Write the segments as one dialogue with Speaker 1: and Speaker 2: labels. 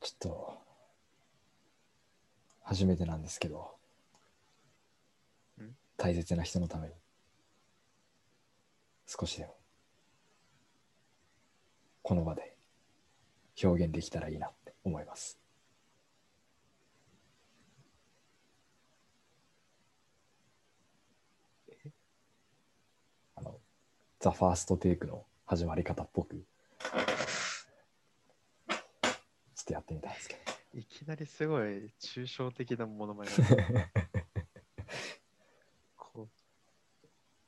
Speaker 1: ちょっと、初めてなんですけど
Speaker 2: ん、
Speaker 1: 大切な人のために、少しでも、この場で表現できたらいいなって思います。あの、ザ・ファーストテイクの始まり方っぽく、ちょっとやってみたんですけど。
Speaker 2: いきなりすごい抽象的なものまで。こう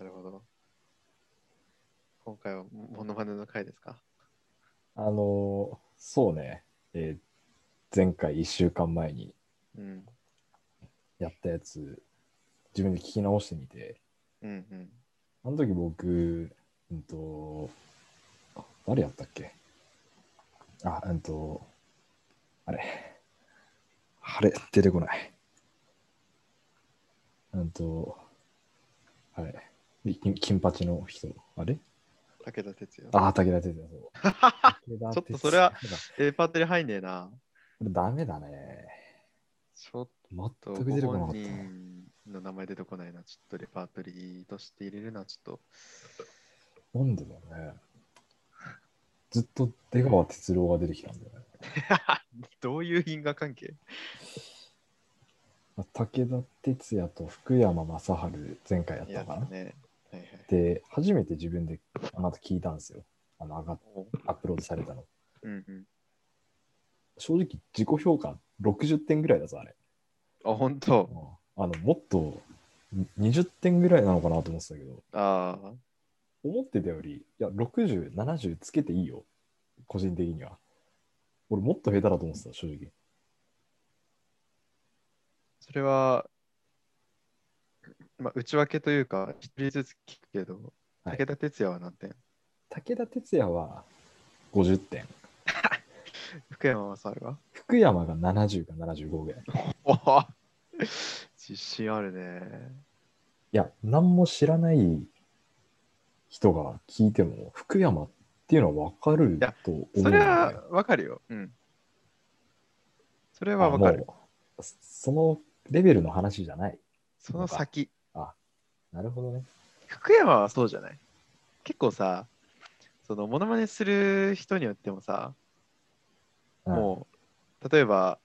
Speaker 2: なるほど。今回はモノマネの回ですか
Speaker 1: あのーそうね、えー前回1週間前に
Speaker 2: うん。
Speaker 1: やったやつ、自分で聞き直してみて、
Speaker 2: うんうん。
Speaker 1: あの時僕、うんと、あ誰やったっけあ、うんと、あれ、あれ、出てこない。うんと、あれ、金金八の人、あれ
Speaker 2: 武田鉄矢。
Speaker 1: ああ、武田鉄矢、そう。武田
Speaker 2: ちょっと
Speaker 1: 鉄矢
Speaker 2: それは、A パートに入んねえな。
Speaker 1: ダメだね。
Speaker 2: ちょっ
Speaker 1: 全
Speaker 2: と
Speaker 1: く
Speaker 2: ご
Speaker 1: 出てこなかった
Speaker 2: 本
Speaker 1: な。
Speaker 2: 人の名前出てこないな。ちょっとレパートリーとして入れるのはちょっと。
Speaker 1: なんでだろうね。ずっと出川哲朗が出てきたんだよね。
Speaker 2: どういう因果関係
Speaker 1: まあ武田鉄矢と福山雅治前回やっ
Speaker 2: いや
Speaker 1: たかな。
Speaker 2: ね。はいはい。
Speaker 1: で、初めて自分であなた聞いたんですよ。あの上がっ
Speaker 2: おう
Speaker 1: アップロードされたの。
Speaker 2: うんうん。
Speaker 1: 正直、自己評価60点ぐらいだぞ、あれ。
Speaker 2: あ、本当。
Speaker 1: あのもっと20点ぐらいなのかなと思ってたけど、
Speaker 2: ああ。
Speaker 1: 思ってたより、いや、60、70つけていいよ。個人的には。俺、もっと下手だと思ってた、正直。
Speaker 2: それは、まあ、内訳というか、一人ずつ聞くけど、
Speaker 1: はい
Speaker 2: 武田鉄矢は何点、
Speaker 1: 武田鉄矢は50点。
Speaker 2: 福山雅治は
Speaker 1: 福山が70か75ぐらい。い
Speaker 2: おお自信あるね。
Speaker 1: や、何も知らない人が聞いても、福山っていうのは分かると思うん
Speaker 2: そ
Speaker 1: だよ
Speaker 2: れ
Speaker 1: ね
Speaker 2: はわかるよ。うん。それはわか
Speaker 1: あ
Speaker 2: る。
Speaker 1: もうそそのレベルの話じゃない。
Speaker 2: その先。
Speaker 1: なるほどね。
Speaker 2: 福山はそうじゃない結構さ、そのモノマネする人によってもさ、
Speaker 1: うん
Speaker 2: もう、例えば、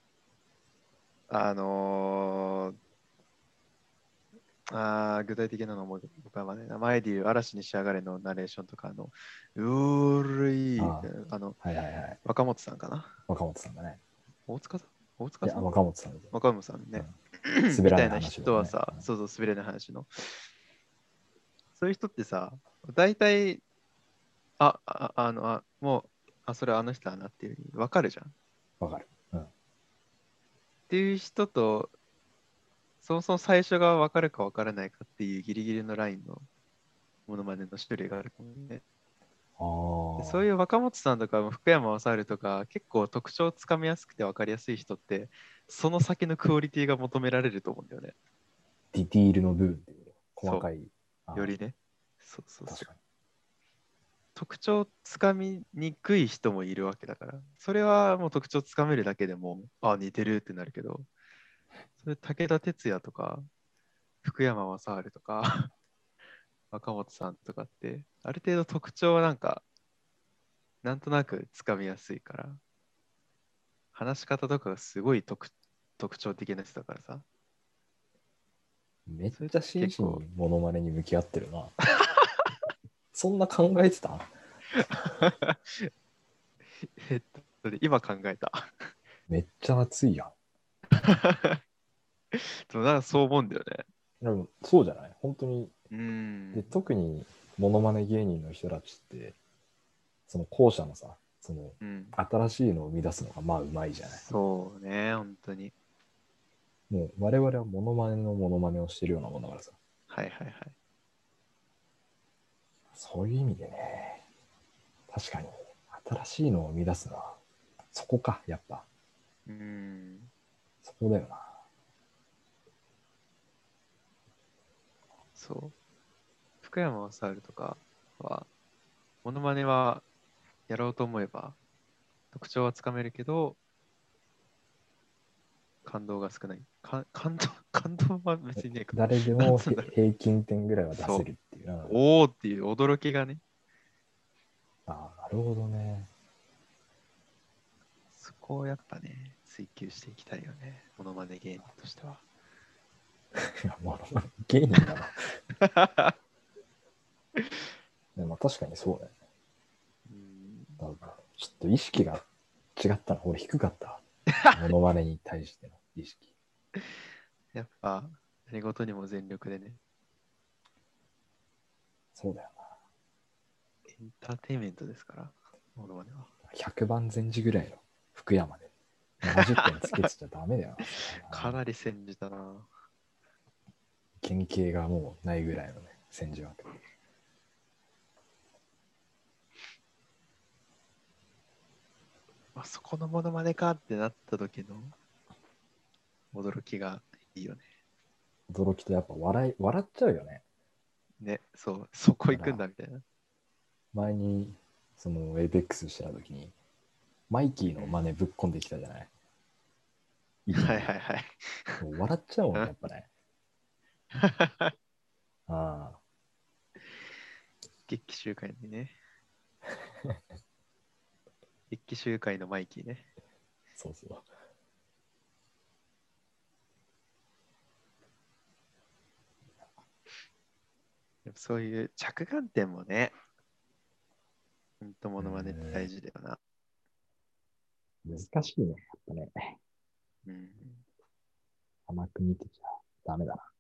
Speaker 2: あのーあー具体的なのも僕はね、前で言う嵐に仕上がれのナレーションとかあの、うーるい、
Speaker 1: あ
Speaker 2: あ
Speaker 1: ー
Speaker 2: の、
Speaker 1: はいはいはい。
Speaker 2: 若本さんかな
Speaker 1: 若本さんだね。
Speaker 2: 大塚さん大
Speaker 1: い
Speaker 2: 塚
Speaker 1: や、
Speaker 2: さん
Speaker 1: 若本さんだね
Speaker 2: 若本さんね。
Speaker 1: うん
Speaker 2: み
Speaker 1: 滑ら
Speaker 2: た
Speaker 1: ない
Speaker 2: いな
Speaker 1: 話、ね。
Speaker 2: 人はさ、そうそう、滑れない話の。そういう人ってさ、大体、あ、あ、あの、あもう、あ、それはあの人だなっていう、わかるじゃん。
Speaker 1: わかる。
Speaker 2: っていう人と、そもそも最初が分かるか分からないかっていうギリギリのラインのものまねの種類があるかもね。
Speaker 1: あ
Speaker 2: で
Speaker 1: あ。
Speaker 2: そういう若本さんとか福山雅治とか結構特徴をつかみやすくて分かりやすい人ってその先のクオリティが求められると思うんだよね。
Speaker 1: ディティールの部分っていう。細かい。あー
Speaker 2: よりね。そうそうそう
Speaker 1: 確かに。
Speaker 2: 特徴をつかみにくい人もいるわけだからそれはもう特徴をつかめるだけでもあ似てるってなるけどそれ武田鉄矢とか福山雅治とか 若本さんとかってある程度特徴はなんかなんとなくつかみやすいから話し方とかがすごい特特徴的な人だからさ
Speaker 1: めっちゃ真
Speaker 2: 結
Speaker 1: 摯
Speaker 2: 構
Speaker 1: にモノマネに向き合ってる な。そんな考えてた
Speaker 2: えっと今考えた
Speaker 1: めっちゃ熱いやん。
Speaker 2: でもなんかそう思うんだよね
Speaker 1: でもそうじゃない本当に。
Speaker 2: う
Speaker 1: で、
Speaker 2: ん
Speaker 1: 特にモノマネ芸人の人たちって、その後者のさ、その
Speaker 2: うん
Speaker 1: 新しいのを生み出すのがまあうまいじゃない。
Speaker 2: そうね、本当に。
Speaker 1: もう我々はモノマネのモノマネをしてるようなものだからさ。
Speaker 2: はいはいはい。
Speaker 1: そういう意味でね、確かに新しいのを生み出すのは、そこか、やっぱ。
Speaker 2: うーん。
Speaker 1: そこだよな。
Speaker 2: そう。福山雅治とかは、モノマネはやろうと思えば、特徴はつかめるけど、感動が少ない。か 感動、感動は別にねえか。
Speaker 1: 誰で
Speaker 2: なん
Speaker 1: も
Speaker 2: つうんだろう
Speaker 1: 平均点ぐらいは出せるっていう。うん
Speaker 2: おおっていう驚きがね、
Speaker 1: ああ、なるほどね。
Speaker 2: そこをやっぱね、追求していきたいよね。モノマネ芸人としては。
Speaker 1: いや、まあ、芸人だな。でも確かにそうだよね。
Speaker 2: うん
Speaker 1: 多分ちょっと意識が違ったな。俺低か った。モノマネに対しての意識。
Speaker 2: やっぱ、何事にも全力でね、
Speaker 1: そうだよ
Speaker 2: エンターテインメントですから、モノマネは。
Speaker 1: な。100番前時ぐらいの福山で。70点つけてちゃダメだよな。
Speaker 2: かなり戦時だな。
Speaker 1: 原型がもうないぐらいのね、戦時枠。
Speaker 2: あそこのモノマネかってなった時の驚きがいいよね。
Speaker 1: 驚きとやっぱ笑い、笑っちゃうよね。
Speaker 2: ね、そう、そこ行くんだみたいな。
Speaker 1: 前に、その、エイペックスしてた時に、マイキーの真似ぶっこんできたじゃない。
Speaker 2: はいはいはい。
Speaker 1: もう笑っちゃうもんね、やっぱ ね。ああ、
Speaker 2: 決起集会に ね。決起集会のマイキーね。
Speaker 1: そうそう。
Speaker 2: やっぱそういう着眼点もね、ほんとモノマネって大事だよな。
Speaker 1: 難しいね、やっぱね。
Speaker 2: うん。
Speaker 1: 甘く見てちゃダメだな。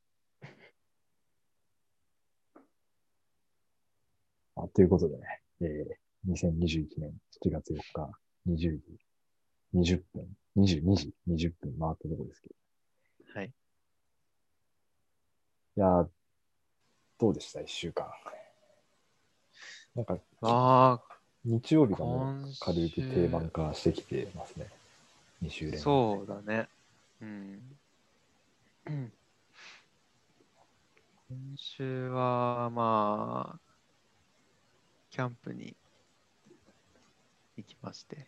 Speaker 1: あということでね、えー、2021年7月4日20時、20分、22時20分回ったとこですけど。
Speaker 2: はい。
Speaker 1: いやー、どうでした、1週間。なんか、
Speaker 2: あ
Speaker 1: 日曜日
Speaker 2: あ、
Speaker 1: がもう
Speaker 2: 今週
Speaker 1: 軽く定番化してきてますね。2週連続。
Speaker 2: そうだね。うん。今週は、まあ、キャンプに行きまして。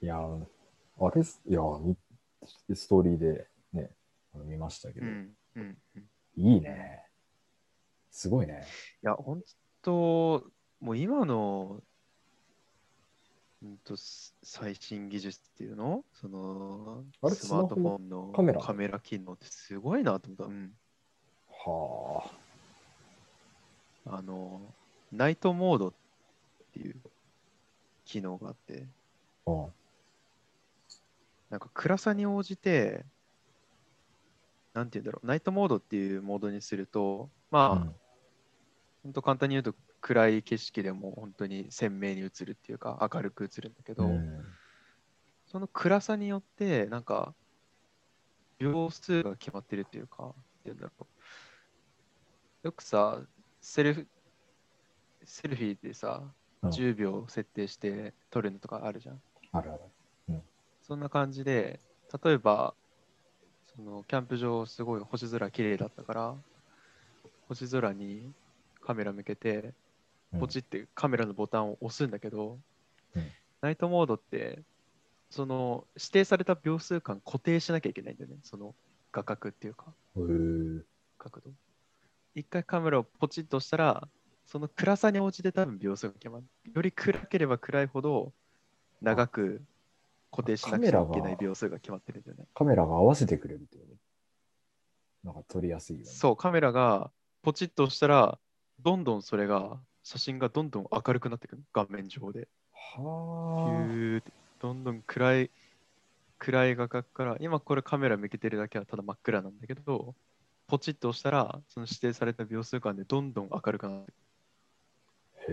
Speaker 1: いやー、あれっす、いやー、みストーリーでね、あの見ましたけ
Speaker 2: う
Speaker 1: ど、
Speaker 2: ん。うん。うんい
Speaker 1: いいね。すごいね。
Speaker 2: や、本当もう今の、うんと、す最新技術っていうのその
Speaker 1: あ、れ
Speaker 2: スマートフォンの
Speaker 1: カメラ
Speaker 2: カメラ機能ってすごいなと思った。うん。
Speaker 1: はあ。
Speaker 2: あの、ナイトモードっていう機能があって、
Speaker 1: うん、
Speaker 2: なんか暗さに応じて、なんて言うんだろう、ナイトモードっていうモードにすると、まあ、
Speaker 1: うん
Speaker 2: 本当簡単に言うと暗い景色でも本当に鮮明に映るっていうか、明るく映るんだけど、
Speaker 1: うん
Speaker 2: その暗さによって、なんか、秒数が決まってるっていうか、なんて言うんだろう。よくさ、セルフ、セルフィーでさ、
Speaker 1: うん
Speaker 2: 10秒設定して撮るのとかあるじゃん。
Speaker 1: あるある。
Speaker 2: そんな感じで、例えば、そのキャンプ場、すごい星空綺麗だったから、星空にカメラ向けて、
Speaker 1: うん
Speaker 2: ポチってカメラのボタンを押すんだけど、
Speaker 1: うん
Speaker 2: ナイトモードって、その指定された秒数間固定しなきゃいけないんだよね、その画角っていうか、
Speaker 1: へー
Speaker 2: 角度。一回カメラをポチッと押したら、その暗さに応じて多分秒数が決まる。より暗ければ暗いほど長く固定しなくちゃいけない秒数が決まってるんだよね。
Speaker 1: カメラが合わせてくれるってことなんか撮りやすいよね。
Speaker 2: そう、カメラがポチッと押したら、どんどんそれが、写真がどんどん明るくなってくる、画面上で。ピ
Speaker 1: は
Speaker 2: ューってどんどん暗い、暗い画角から、今これカメラ向けてるだけはただ真っ暗なんだけど、ポチッと押したら、その指定された秒数間でどんどん明るくなってく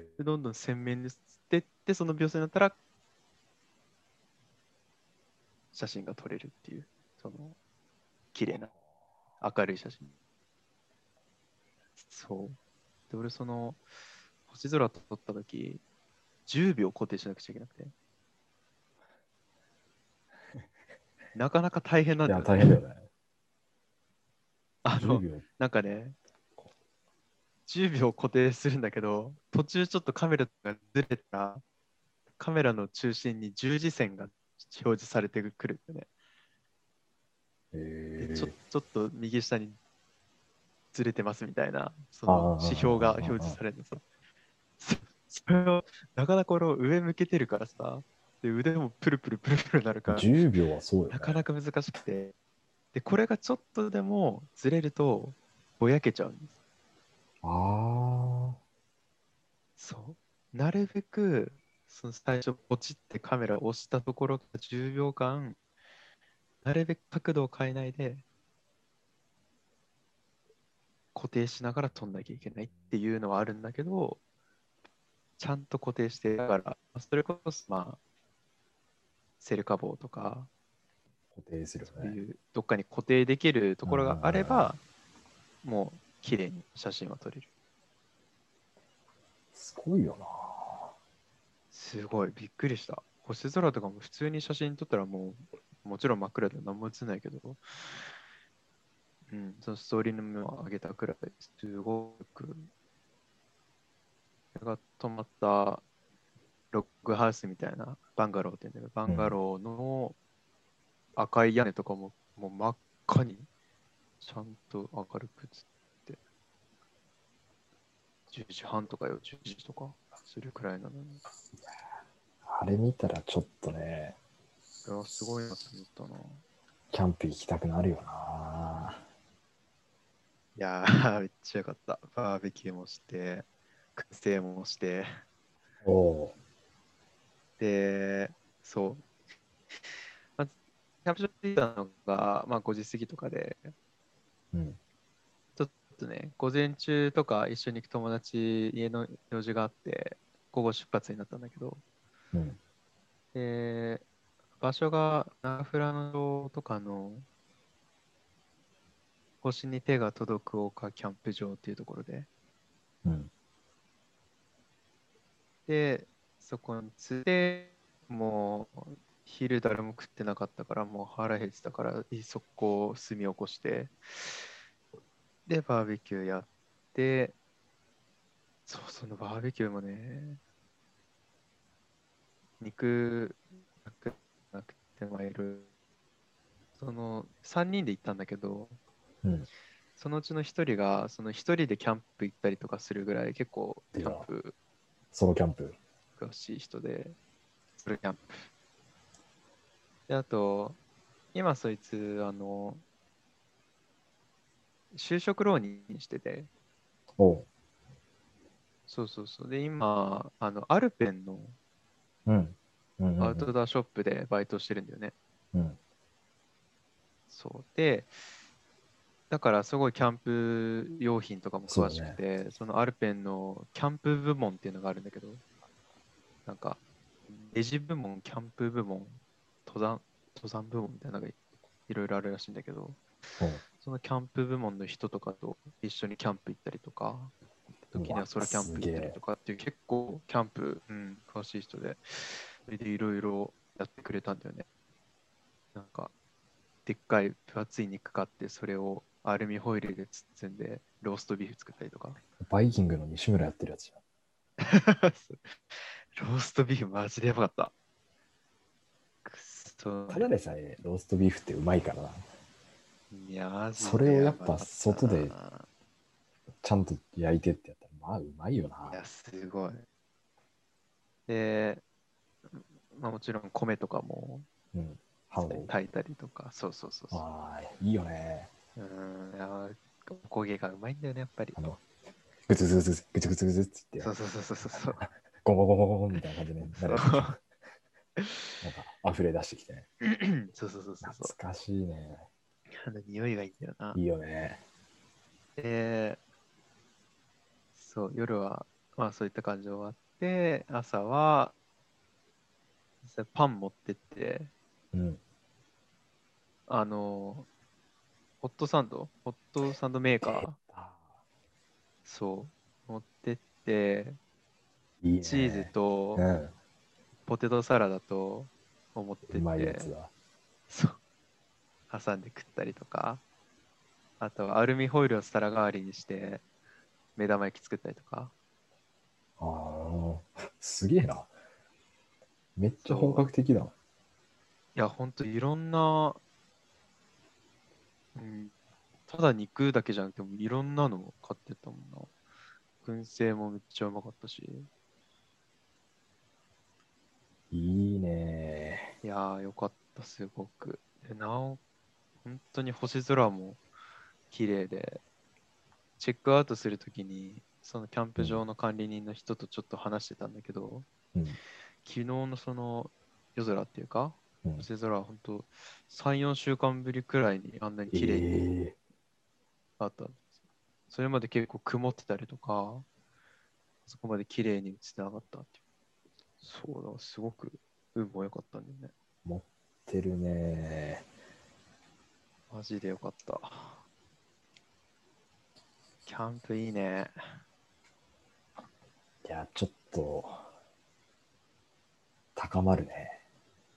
Speaker 1: あ。へえ。
Speaker 2: でどんどん鮮明に映ってって、その秒数になったら、写真が撮れるっていう、その、綺麗な、明るい写真。そう。で、俺、その、星空撮った時10秒固定しなくちゃいけなく て。なかなか大変なん
Speaker 1: い
Speaker 2: だよ、
Speaker 1: や、
Speaker 2: ね。
Speaker 1: 大変だよね。
Speaker 2: あ
Speaker 1: 10
Speaker 2: の、
Speaker 1: 秒。
Speaker 2: なんかね、10秒固定するんだけど、途中ちょっとカメラがずれたら、カメラの中心に十字線が表示されてくるよね。
Speaker 1: え
Speaker 2: でちょ
Speaker 1: ー、
Speaker 2: ちょっと右下にずれてますみたいなその
Speaker 1: あー
Speaker 2: 指標が表示されるのさ。そそれをなかなか俺を上向けてるからさで腕もプルプルプルプルなるから
Speaker 1: 10秒はそうよ、ね。
Speaker 2: なかなか難しくてでこれがちょっとでもずれるとぼやけちゃうんです。
Speaker 1: あ
Speaker 2: そう。なるべく、その最初、ポチってカメラを押したところから10秒間、なるべく角度を変えないで、固定しながら撮んなきゃいけないっていうのはあるんだけど、ちゃんと固定して、だから、それこそ、まあ、セルカ棒とか、
Speaker 1: あ、固定する
Speaker 2: そう
Speaker 1: よね。
Speaker 2: いうどっかに固定できるところがあれば、もう綺麗に写真は撮れる。
Speaker 1: すごいよな。
Speaker 2: すごい、びっくりした。星空とかも普通に写真撮ったらもう、もちろん真っ暗で何も映んないけど、うん、そのストーリーの目を上げたくらい、すごく。それが泊まったロックハウスみたいなバンガローっていうんだけど、バンガローの赤い屋根とかももう真っ赤にちゃんと明るく映って、10時半とかよ、10時とかするくらいなのに。
Speaker 1: あれ見たらちょっとね、
Speaker 2: いや、すごいなと思ったな。
Speaker 1: キャンプ行きたくなるよな。
Speaker 2: いやー、め っちゃよかった。バーベキューもして、燻製もして、
Speaker 1: おお
Speaker 2: で、そう。まず、キャンプ場に行ったのが、まあ、5時過ぎとかで、
Speaker 1: う。うん。
Speaker 2: ちょっとね、午前中とか一緒に行く友達、家の用事があって、午後出発になったんだけど、
Speaker 1: うん。
Speaker 2: で、場所がナフラノ島とかの星に手が届く丘キャンプ場っていうところで、
Speaker 1: うん。
Speaker 2: で、そこにつて、もう昼誰も食ってなかったから、もう腹減ってたから、そこを炭起こして、で、バーベキューやって、そう、そのバーベキューもね、肉なくなくて、まあ、いろいろその3人で行ったんだけど、
Speaker 1: うん
Speaker 2: そのうちの1人が、その1人でキャンプ行ったりとかするぐらい、結構キャンプ、
Speaker 1: ソロキャンプ。
Speaker 2: 詳しい人で、ソロキャンプ。で、あと、今そいつ、あの、就職浪人してて、
Speaker 1: おお
Speaker 2: そうそうそう。で、今、あの、アルペンの
Speaker 1: う。うん。うんうん
Speaker 2: アウトドアショップでバイトしてるんだよね。
Speaker 1: うん。
Speaker 2: そう。で、だからすごいキャンプ用品とかも詳しくて、そ,、のアルペンのキャンプ部門っていうのがあるんだけど、なんか、レジ部門、キャンプ部門、登山、登山部門みたいなのがいいろいろあるらしいんだけど、
Speaker 1: うん
Speaker 2: そのキャンプ部門の人とかと一緒にキャンプ行ったりとか、時にはソロキャンプ行ったりとかっていう結構キャンプ、うん、詳しい人で、それでいろいろやってくれたんだよね。なんか、でっかい分厚い肉買って、それをアルミホイルで包んで、ローストビーフ作ったりとか。
Speaker 1: バイキングの西村やってるやつじ
Speaker 2: ローストビーフマジでやばかった。くっそ
Speaker 1: ゃん。ただでさえローストビーフってうまいからな。
Speaker 2: いやマジで
Speaker 1: それをやっぱ
Speaker 2: ばかた
Speaker 1: 外で
Speaker 2: い
Speaker 1: ちゃんと焼いてってやったら、まあうまいよな。
Speaker 2: や、すごい。で、まあ、もちろん米とかも
Speaker 1: うん。ハンを。
Speaker 2: 炊いたりとか、そうそうそうそう。
Speaker 1: ああ、いいよね。
Speaker 2: うーん、いやーおこげがうまいんだよね、やっぱり
Speaker 1: あ。の、グツグツグツグツグツグツグツって言
Speaker 2: そ
Speaker 1: っ
Speaker 2: う
Speaker 1: て、
Speaker 2: そうそうそうそう。
Speaker 1: ゴンゴンゴンゴンゴンみたいな感じで、ね、
Speaker 2: そ
Speaker 1: な
Speaker 2: う
Speaker 1: んか溢れ出してきて、ね、
Speaker 2: そうそうそうそうそ
Speaker 1: 懐かしいね。
Speaker 2: う。あの匂いがいいんだよな。
Speaker 1: いいよね。
Speaker 2: で、そう、夜は、まあそういった感じで終わって、朝は、実際パン持ってって、
Speaker 1: うん。
Speaker 2: あの、ホットサンド、ホットサンドメーカー、
Speaker 1: あ
Speaker 2: そう、持ってって、
Speaker 1: ーいいね。
Speaker 2: チーズと
Speaker 1: うん、
Speaker 2: ポテトサラダと、を持ってって、
Speaker 1: うまいやつだ。
Speaker 2: そう。挟んで食ったりとか、あとはアルミホイルを皿代わりにして、目玉焼き作ったりとか。
Speaker 1: ああ、すげえな。めっちゃ本格的だな。
Speaker 2: いや、ほんといろんな、うん、ただ肉だけじゃなくてもいろんなの買ってたもんな。燻製もめっちゃうまかったし。
Speaker 1: いいね
Speaker 2: いやー、よかった、すごく。で、なお、本当に星空も綺麗で、チェックアウトするときに、そのキャンプ場の管理人の人とちょっと話してたんだけど、
Speaker 1: うん
Speaker 2: 昨日のその夜空っていうか、
Speaker 1: うん
Speaker 2: 星空は本当、3、4週間ぶりくらいにあんなに
Speaker 1: え
Speaker 2: 綺麗に
Speaker 1: え
Speaker 2: あったんですよそれまで結構曇ってたりとか、そこまで綺麗に映ってなかったっていう。そうだ、すごく運も良かったんだよね。
Speaker 1: ー、てるね
Speaker 2: マジでよかった。キャンプいいね。
Speaker 1: いや、ちょっと、高まるね。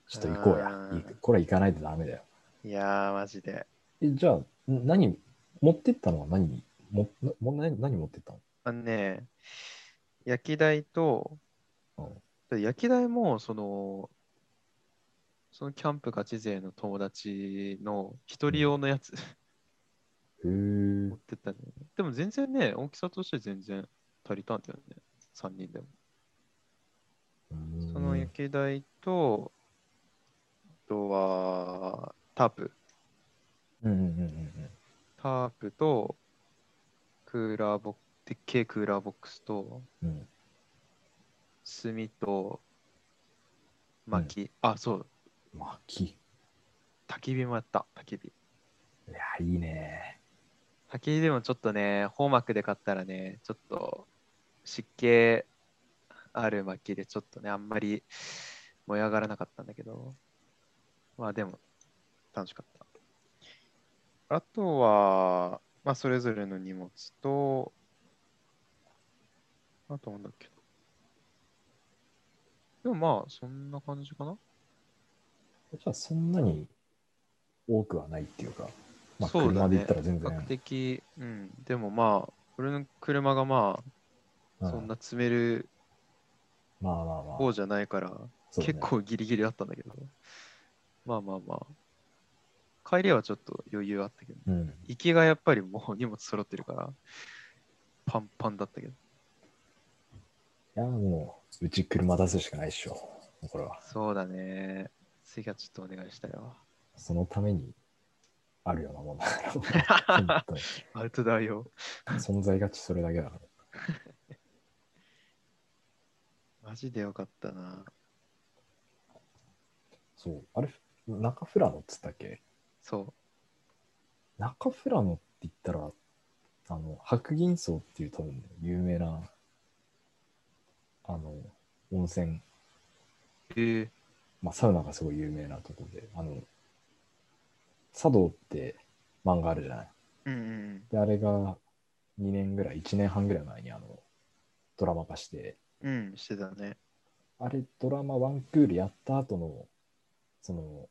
Speaker 1: ちょっと行こうや
Speaker 2: うん。
Speaker 1: いこれ行かないとダメだよ。
Speaker 2: いやー、マジで。
Speaker 1: え、じゃあ、ん何、持ってったのは何もなも何何持ってったの
Speaker 2: あのね、焼き台と、
Speaker 1: うん
Speaker 2: で焼き台も、その、そのキャンプガチ勢の友達の一人用のやつ
Speaker 1: へー
Speaker 2: 持ってったんだよね。でも全然ね、大きさとして全然足りたんだよね。3人でも。
Speaker 1: うーん
Speaker 2: その焼き台と、あとは、タープ。
Speaker 1: うんうんうんうんうん。
Speaker 2: タープと、クーラーボックス、でっけえクーラーボックスと、
Speaker 1: うん、
Speaker 2: 炭と、薪、あ、そう、
Speaker 1: 薪。い
Speaker 2: 焚き火もやった、焚き火。
Speaker 1: や、いいね。
Speaker 2: 焚き火でもちょっとね、ホーマックで買ったらね、ちょっと湿気ある薪でちょっとね、あんまり燃え上がらなかったんだけど、まあでも楽しかった。あとは、まあそれぞれの荷物と、あとなんだっけでもまあそんな感じかな
Speaker 1: じゃあ、そんなに多くはないっていうか、まあ、
Speaker 2: そう
Speaker 1: 車
Speaker 2: だ
Speaker 1: で
Speaker 2: ね
Speaker 1: 行ったら全
Speaker 2: 比
Speaker 1: 然、
Speaker 2: 較的、うん、でもまあ、俺の車がま
Speaker 1: う
Speaker 2: あ、
Speaker 1: ん
Speaker 2: そんな詰める
Speaker 1: まあまあまあ、
Speaker 2: 方じゃないから、
Speaker 1: そうだね
Speaker 2: 結構ギリギリあったんだけど、まあまあまあ、帰りはちょっと余裕あったけど、
Speaker 1: うん、
Speaker 2: 行きがやっぱりもう荷物揃ってるから、パンパンだったけど、
Speaker 1: いや、もう、うち車出すしかないっしょ。もうこれは。
Speaker 2: そうだね、次はちょっとお願いしたいわ。
Speaker 1: そのためにあるようなもんだから。本 当に
Speaker 2: アウトドア用。
Speaker 1: 存在価値それだけだから。
Speaker 2: マジでよかったな。
Speaker 1: そう。あれ、中富良野っつったっけ
Speaker 2: そ
Speaker 1: 中富良野って言ったら、あの、白銀荘っていう多分、有名な、あの、温泉、
Speaker 2: う。えー、
Speaker 1: まあ、サウナがすごい有名なとこで、あの、茶道って漫画あるじゃない。
Speaker 2: うんうんうん。
Speaker 1: で、あれが2年ぐらい、1年半ぐらい前に、あの、ドラマ化して、
Speaker 2: うん、してたね。
Speaker 1: あれ、ドラマワンクールやった後の、その、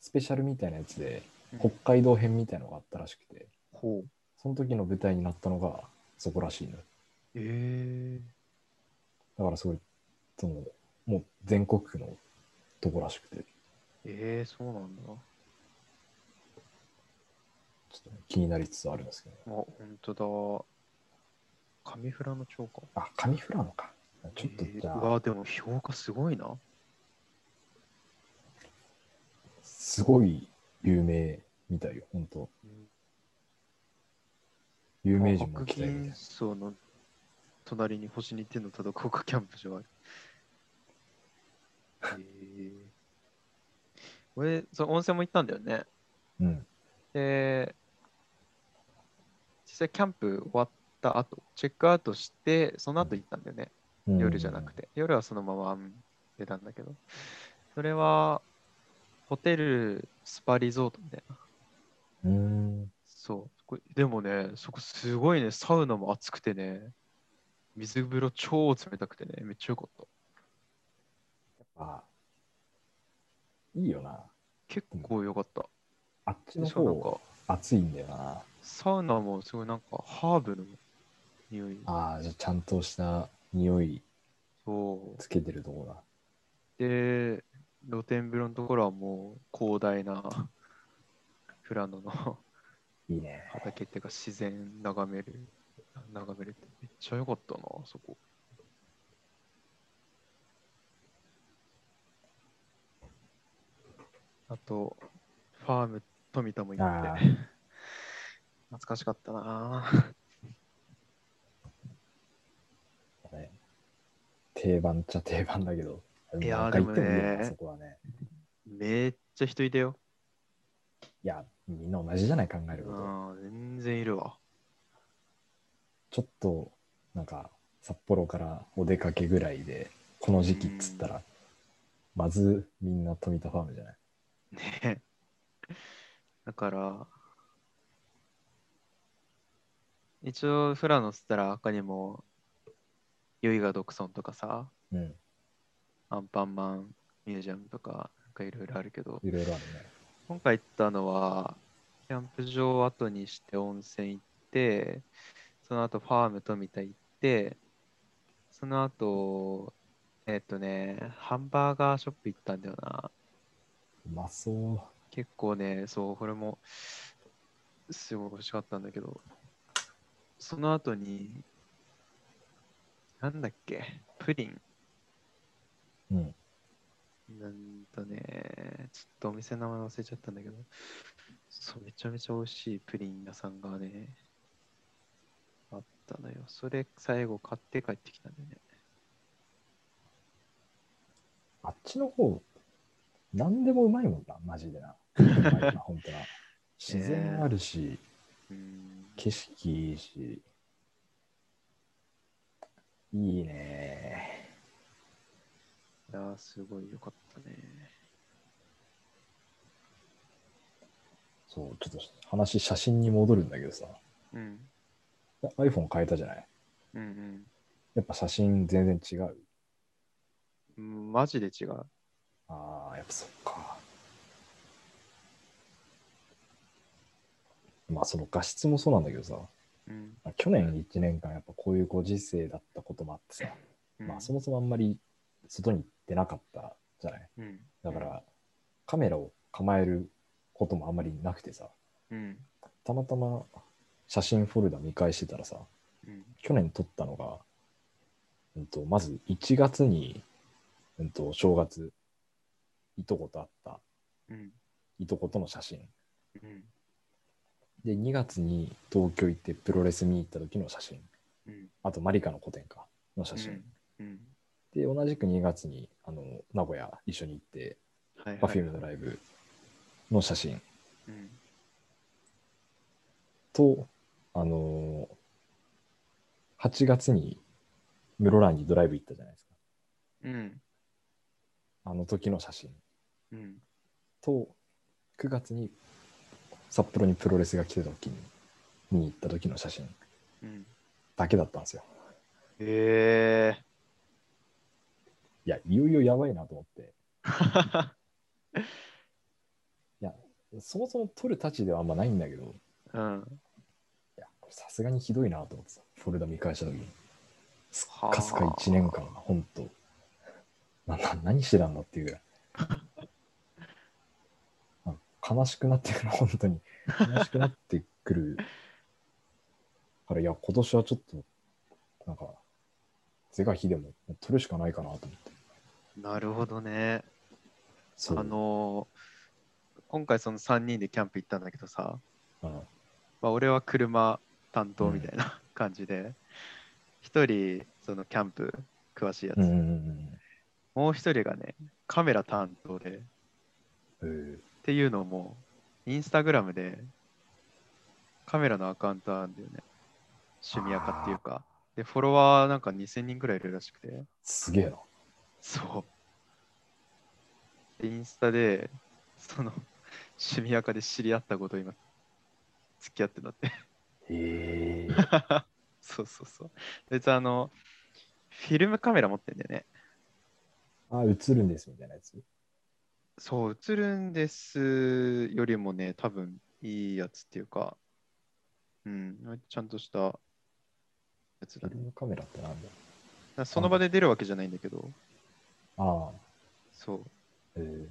Speaker 1: スペシャルみたいなやつで、
Speaker 2: うん
Speaker 1: 北海道編みたいのがあったらしくて、
Speaker 2: ほう。
Speaker 1: その時の舞台になったのがそこらしいの。
Speaker 2: えー、
Speaker 1: だからすごい、その、もう全国区のとこらしくて、ちょ
Speaker 2: えー、そうなんだ。
Speaker 1: っとね、気になりつつあるんですけど、ね、
Speaker 2: あ、ほんとだ。上富良野町か。
Speaker 1: あ、上富良野か。ちょっと
Speaker 2: えー
Speaker 1: じゃ
Speaker 2: う
Speaker 1: あ、
Speaker 2: わ、でも評価すごいな。
Speaker 1: すごい有名みたいよ、本当有名人も来たよみたい
Speaker 2: 白銀荘の隣に星に天のたどこかキャンプ場ある。えー、俺、その温泉も行ったんだよね。
Speaker 1: な。うん。
Speaker 2: で、実際キャンプ終わった後、チェックアウトして、その後行ったんだよね。
Speaker 1: うん
Speaker 2: 夜じゃなく。て、夜はそのままうん出たんだけど、それはホテルスパリゾートみたいな。
Speaker 1: うーん。
Speaker 2: そう。これでもね、そこすごいね、サウナも暑くてね、水風呂超冷たくてね、めっちゃ良かった。
Speaker 1: あ、いいよな。
Speaker 2: 結構良かった。
Speaker 1: あっちの
Speaker 2: でしかもなん
Speaker 1: 方
Speaker 2: か、
Speaker 1: 暑いんだよな。
Speaker 2: サウナもすごいなんかハーブの匂い。
Speaker 1: ああ、じゃあちゃんとした匂い
Speaker 2: そう。
Speaker 1: つけてるとこだ。
Speaker 2: で、露天風呂のところはもう広大な富良野の
Speaker 1: いいね。
Speaker 2: 畑っていうか自然眺める、眺めるってめっちゃ良かったな、あそこ。あと、ファーム富田も行
Speaker 1: あ
Speaker 2: っ
Speaker 1: あ
Speaker 2: て、懐かしかったな。
Speaker 1: ね定番っちゃ定番だけど。
Speaker 2: い
Speaker 1: な
Speaker 2: やー
Speaker 1: んか行っていいよな
Speaker 2: でもね
Speaker 1: そこはね。
Speaker 2: めっちゃ人いたよ。
Speaker 1: いや、みんな同じじゃない考えること。
Speaker 2: うん、全然いるわ。
Speaker 1: ちょっと、なんか、札幌からお出かけぐらいで、この時期っつったら、まずみんな富田ファームじゃない
Speaker 2: ね。だから、一応、フラノっつったら、他にも、ユイガ・ドクソンとかさ、
Speaker 1: うん。
Speaker 2: アンパンマンミュージアムとか、なんかいろいろあるけど、
Speaker 1: いろいろあるね。
Speaker 2: 今回行ったのは、キャンプ場を後にして温泉行って、その後ファーム富田行って、その後、えっとね、ハンバーガーショップ行ったんだよな。
Speaker 1: うまそう。
Speaker 2: 結構ね、そう、これもすごい欲しかったんだけど、その後に、なんだっけ、プリン。
Speaker 1: うん。
Speaker 2: なんとね、ちょっとお店の名前忘れちゃったんだけど、そう、めちゃめちゃ美味しいプリン屋さんがね、あったのよ。それ最後買って帰ってきたんだよね。
Speaker 1: あっちの方、なんでもうまいもんな、マジでな。うまいな、本当な。自然あるし、
Speaker 2: うん。
Speaker 1: 景色いいし。いいね。
Speaker 2: いやー、すごい良かったね。
Speaker 1: そう、ちょっと話、写真に戻るんだけどさ。
Speaker 2: うん。
Speaker 1: iPhone 変えたじゃない
Speaker 2: うん
Speaker 1: やっぱ写真全然違う。
Speaker 2: うん。マジで違う。
Speaker 1: ああ、やっぱそっか。まあその画質もそうなんだけどさ、
Speaker 2: うん。
Speaker 1: まあ去年1年間やっぱこういうご時世だったこともあってさ、
Speaker 2: うん
Speaker 1: まあそもそもあんまり外に出なかったじゃない
Speaker 2: うん。
Speaker 1: だからカメラを構えることもあんまりなくてさ、
Speaker 2: うん。
Speaker 1: たまたま写真フォルダ見返してたらさ、
Speaker 2: うん。
Speaker 1: 去年撮ったのが、うん、とまず1月に、うん、と正月いとこと会った
Speaker 2: うん。
Speaker 1: いとことの写真
Speaker 2: うん。
Speaker 1: で2月に東京行ってプロレス見に行った時の写真
Speaker 2: うん。
Speaker 1: あとマリカの個展かの写真、
Speaker 2: うん。
Speaker 1: で同じく2月にあの名古屋一緒に行って
Speaker 2: はい、はい。
Speaker 1: Perfume のライブの写真
Speaker 2: うん。
Speaker 1: とあのー8月に室蘭にドライブ行ったじゃないですか
Speaker 2: うん。
Speaker 1: あの時の写真
Speaker 2: うん。
Speaker 1: と9月に札幌にプロレスが来てた時に見に行った時の写真
Speaker 2: うん。
Speaker 1: だけだったんですよ。
Speaker 2: ええ
Speaker 1: いや、いよいよやばいなと思って、
Speaker 2: ー。
Speaker 1: そもそも撮るたちではあんまないんだけど、い
Speaker 2: うん。
Speaker 1: や、これさすがにひどいなと思ってさ、フォルダ見返した時に、す
Speaker 2: は
Speaker 1: っかすか1年間、ほんと、なな何してたんだっていうぐらい。 なんか悲しくなってくる、本当に。悲しくなってくる。から、いや、今年はちょっと、なんか、是が非でも撮るしかないかなと思って。
Speaker 2: なるほどね。
Speaker 1: そう。
Speaker 2: あのー今回その3人でキャンプ行ったんだけどさ、
Speaker 1: うん
Speaker 2: まあ、俺は車担当みたいな感じで、一人そのキャンプ詳しいやつ、
Speaker 1: うんうん
Speaker 2: もう一人がね、カメラ担当で、っ
Speaker 1: うんうん。へえ
Speaker 2: ていうのも、インスタグラムでカメラのアカウントあるんだよね。趣味アカっていうか。で、フォロワーなんか2000人くらいいるらしくて。
Speaker 1: すげえな。
Speaker 2: そう。で、インスタで、その、趣味アカで知り合ったことを今、付き合ってたって。
Speaker 1: へえ。
Speaker 2: そうそうそう。別にあの、フィルムカメラ持ってんだよね。
Speaker 1: あ、映るんですみたいなやつ。
Speaker 2: そう、映るんですよりもね、多分いいやつっていうか、うん、ちゃんとしたやつ
Speaker 1: フ
Speaker 2: だ
Speaker 1: ィル
Speaker 2: ね。だか
Speaker 1: ムカメラってなんだ
Speaker 2: らその場で出るわけじゃないんだけど、
Speaker 1: ああ、
Speaker 2: そ
Speaker 1: えー
Speaker 2: う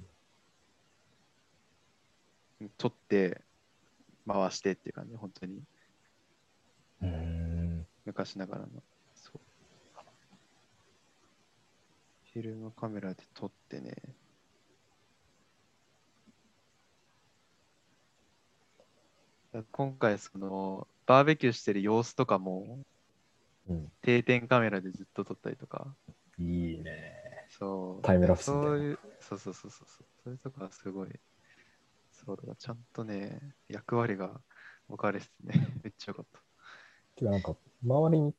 Speaker 2: 取って回してっていう感じ本当に
Speaker 1: うーん。
Speaker 2: 昔ながらのそうフィルムカメラで撮ってねだ今回そのバーベキューしてる様子とかも
Speaker 1: うん
Speaker 2: 定点カメラでずっと撮ったりとか
Speaker 1: いいね。
Speaker 2: そう
Speaker 1: タイムラプスみたいな
Speaker 2: そういうそうそうそうそうそうそういうとこはすごいそうだからちゃんとね役割が分かれててね めっちゃよかった
Speaker 1: てかなんか、周りに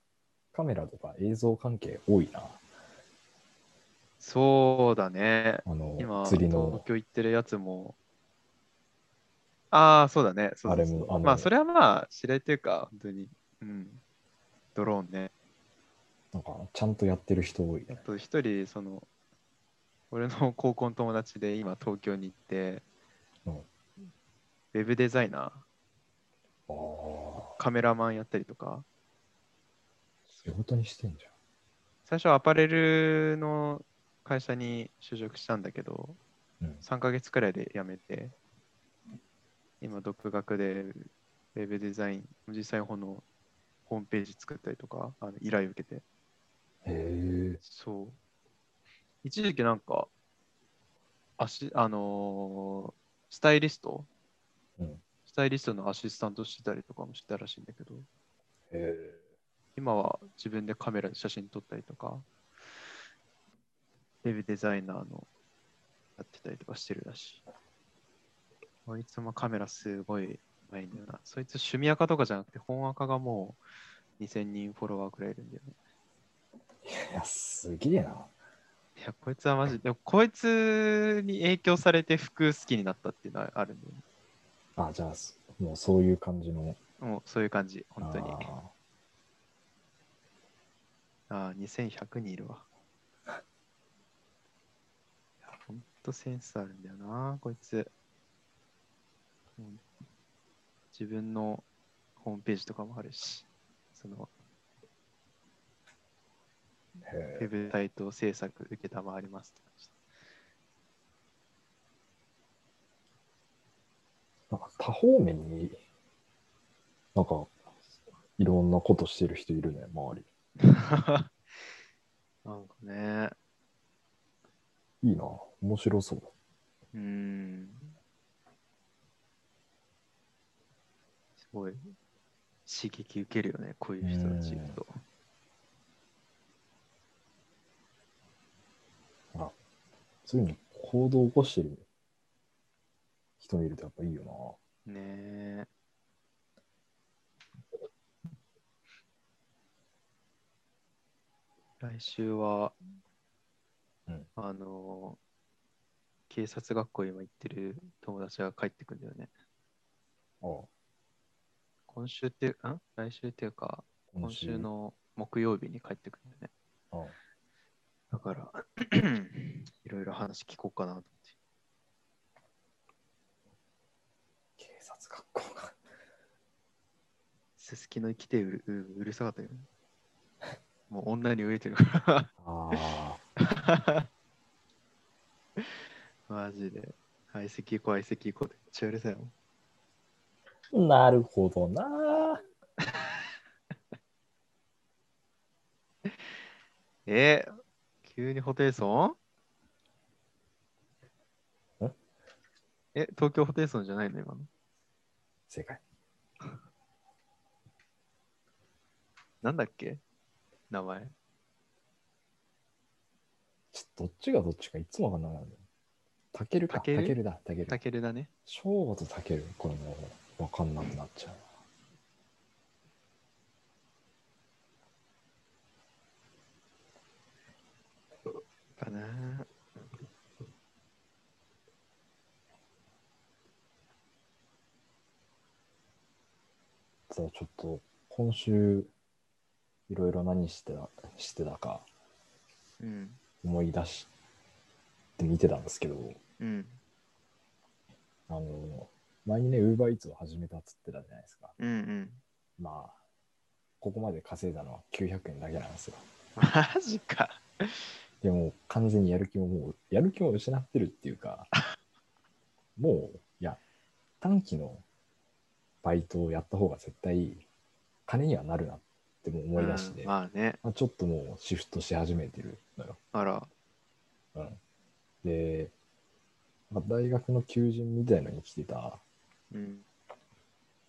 Speaker 1: カメラとか映像関係多いな。
Speaker 2: そうだね
Speaker 1: あの
Speaker 2: 今、、
Speaker 1: 釣り
Speaker 2: 東
Speaker 1: の、
Speaker 2: 京行ってるやつも。ああ、そうだね。そうそうそ
Speaker 1: あれ
Speaker 2: う
Speaker 1: もあの
Speaker 2: まあ、それはまあ、知り合いというか、本当に。うん。ドローンね。
Speaker 1: なんか、ちゃんとやってる人多い
Speaker 2: あ
Speaker 1: ね。
Speaker 2: と、一人、その、俺の 高校の友達で今、東京に行って、
Speaker 1: うん
Speaker 2: ウェブデザイナー、
Speaker 1: ああ、
Speaker 2: カメラマンやったりとか、
Speaker 1: 仕事にしてんじ
Speaker 2: 最初はアパレルの会社に就職したんだけど、
Speaker 1: ゃん。うん。
Speaker 2: 3ヶ月くらいで辞めて、今、独学でウェブデザイン、実際このホームページ作ったりとか、あの依頼を受けて。
Speaker 1: へえ。
Speaker 2: そう。一時期なんか、足あのースタイリスト、
Speaker 1: うん
Speaker 2: スタイリストのアシスタントしてたりとかもしてたらしいんだけど、
Speaker 1: へえ。
Speaker 2: 今は自分でカメラで写真撮ったりとか、ウェブデザイナーのやってたりとかしてるらしい。こいつもカメラすごい上手いんだよな。そいつ趣味垢とかじゃなくて本垢がもう2000人フォロワーくらいいるんだよね。
Speaker 1: いや、すげえな。
Speaker 2: いや、こいつはマジで、でもこいつに影響されて服好きになったっていうのはあるんだよね。
Speaker 1: あ、じゃあ、すもうそういう感じの。
Speaker 2: もうそういう感じ、本当に。
Speaker 1: あ
Speaker 2: ああー、2100人いるわ。いや、ほんとセンスあるんだよな、こいつ。うん自分のホームページとかもあるし、その
Speaker 1: ーへ
Speaker 2: ウェブサイト制作受けたまわりますって感じ
Speaker 1: え。なんか、多方面に、なんか、いろんなことしてる人いるね、周り。
Speaker 2: なんかね、
Speaker 1: いいな。面白そう。
Speaker 2: うーん。すごい刺激受けるよね、こういう人たちいると。
Speaker 1: そういうの行動を起こしてる人見るとやっぱいいよな。
Speaker 2: ねえ。来週は、
Speaker 1: うん
Speaker 2: あの、警察学校今行ってる友達が帰ってくんだよね。
Speaker 1: あ
Speaker 2: 今週って、ん来週っていうか、
Speaker 1: あ
Speaker 2: 今週。の木曜日に帰ってくるんだよね。
Speaker 1: ああ
Speaker 2: だから、 いろいろ話聞こうかなと思って。
Speaker 1: 警察学校か。
Speaker 2: すすきの来てうるううるさかったよね。もう女に飢えてるか
Speaker 1: あ
Speaker 2: ら。マジで。相席行こう、相席行こうってめっちゃうるさいもん。
Speaker 1: あ。 なるほどな。
Speaker 2: え急にホテイソン
Speaker 1: ん
Speaker 2: え、東京ホテイソンじゃないの今の。
Speaker 1: 正解。
Speaker 2: なんだっけ名前。
Speaker 1: ちょどっちがどっちかいつもわかんないな。たけるか。
Speaker 2: タ
Speaker 1: た
Speaker 2: ケ
Speaker 1: け
Speaker 2: ル
Speaker 1: るだ。たける。
Speaker 2: たけるだね。
Speaker 1: しょうごとたける。これもうわかんなくなっちゃう。
Speaker 2: かな。
Speaker 1: さあちょっと今週いろいろ何してたしてたか
Speaker 2: うん。
Speaker 1: 思い出して見てたんですけど。
Speaker 2: うん。
Speaker 1: あの、前にね、ウーバーイーツを始めたっつってたじゃないですか。
Speaker 2: うんうん。
Speaker 1: まあ、ここまで稼いだのは900円だけなんですよ。
Speaker 2: マジか。
Speaker 1: いやもう完全にやる気ももう、やる気を失ってるっていうか、 もう、いや、短期のバイトをやった方が絶対金にはなるなってもう思い出して、
Speaker 2: うんまあね、
Speaker 1: まあ、ちょっともうシフトし始めてるのよ。
Speaker 2: あら、
Speaker 1: うん、で、まあ、大学の求人みたいのに来てた
Speaker 2: うん、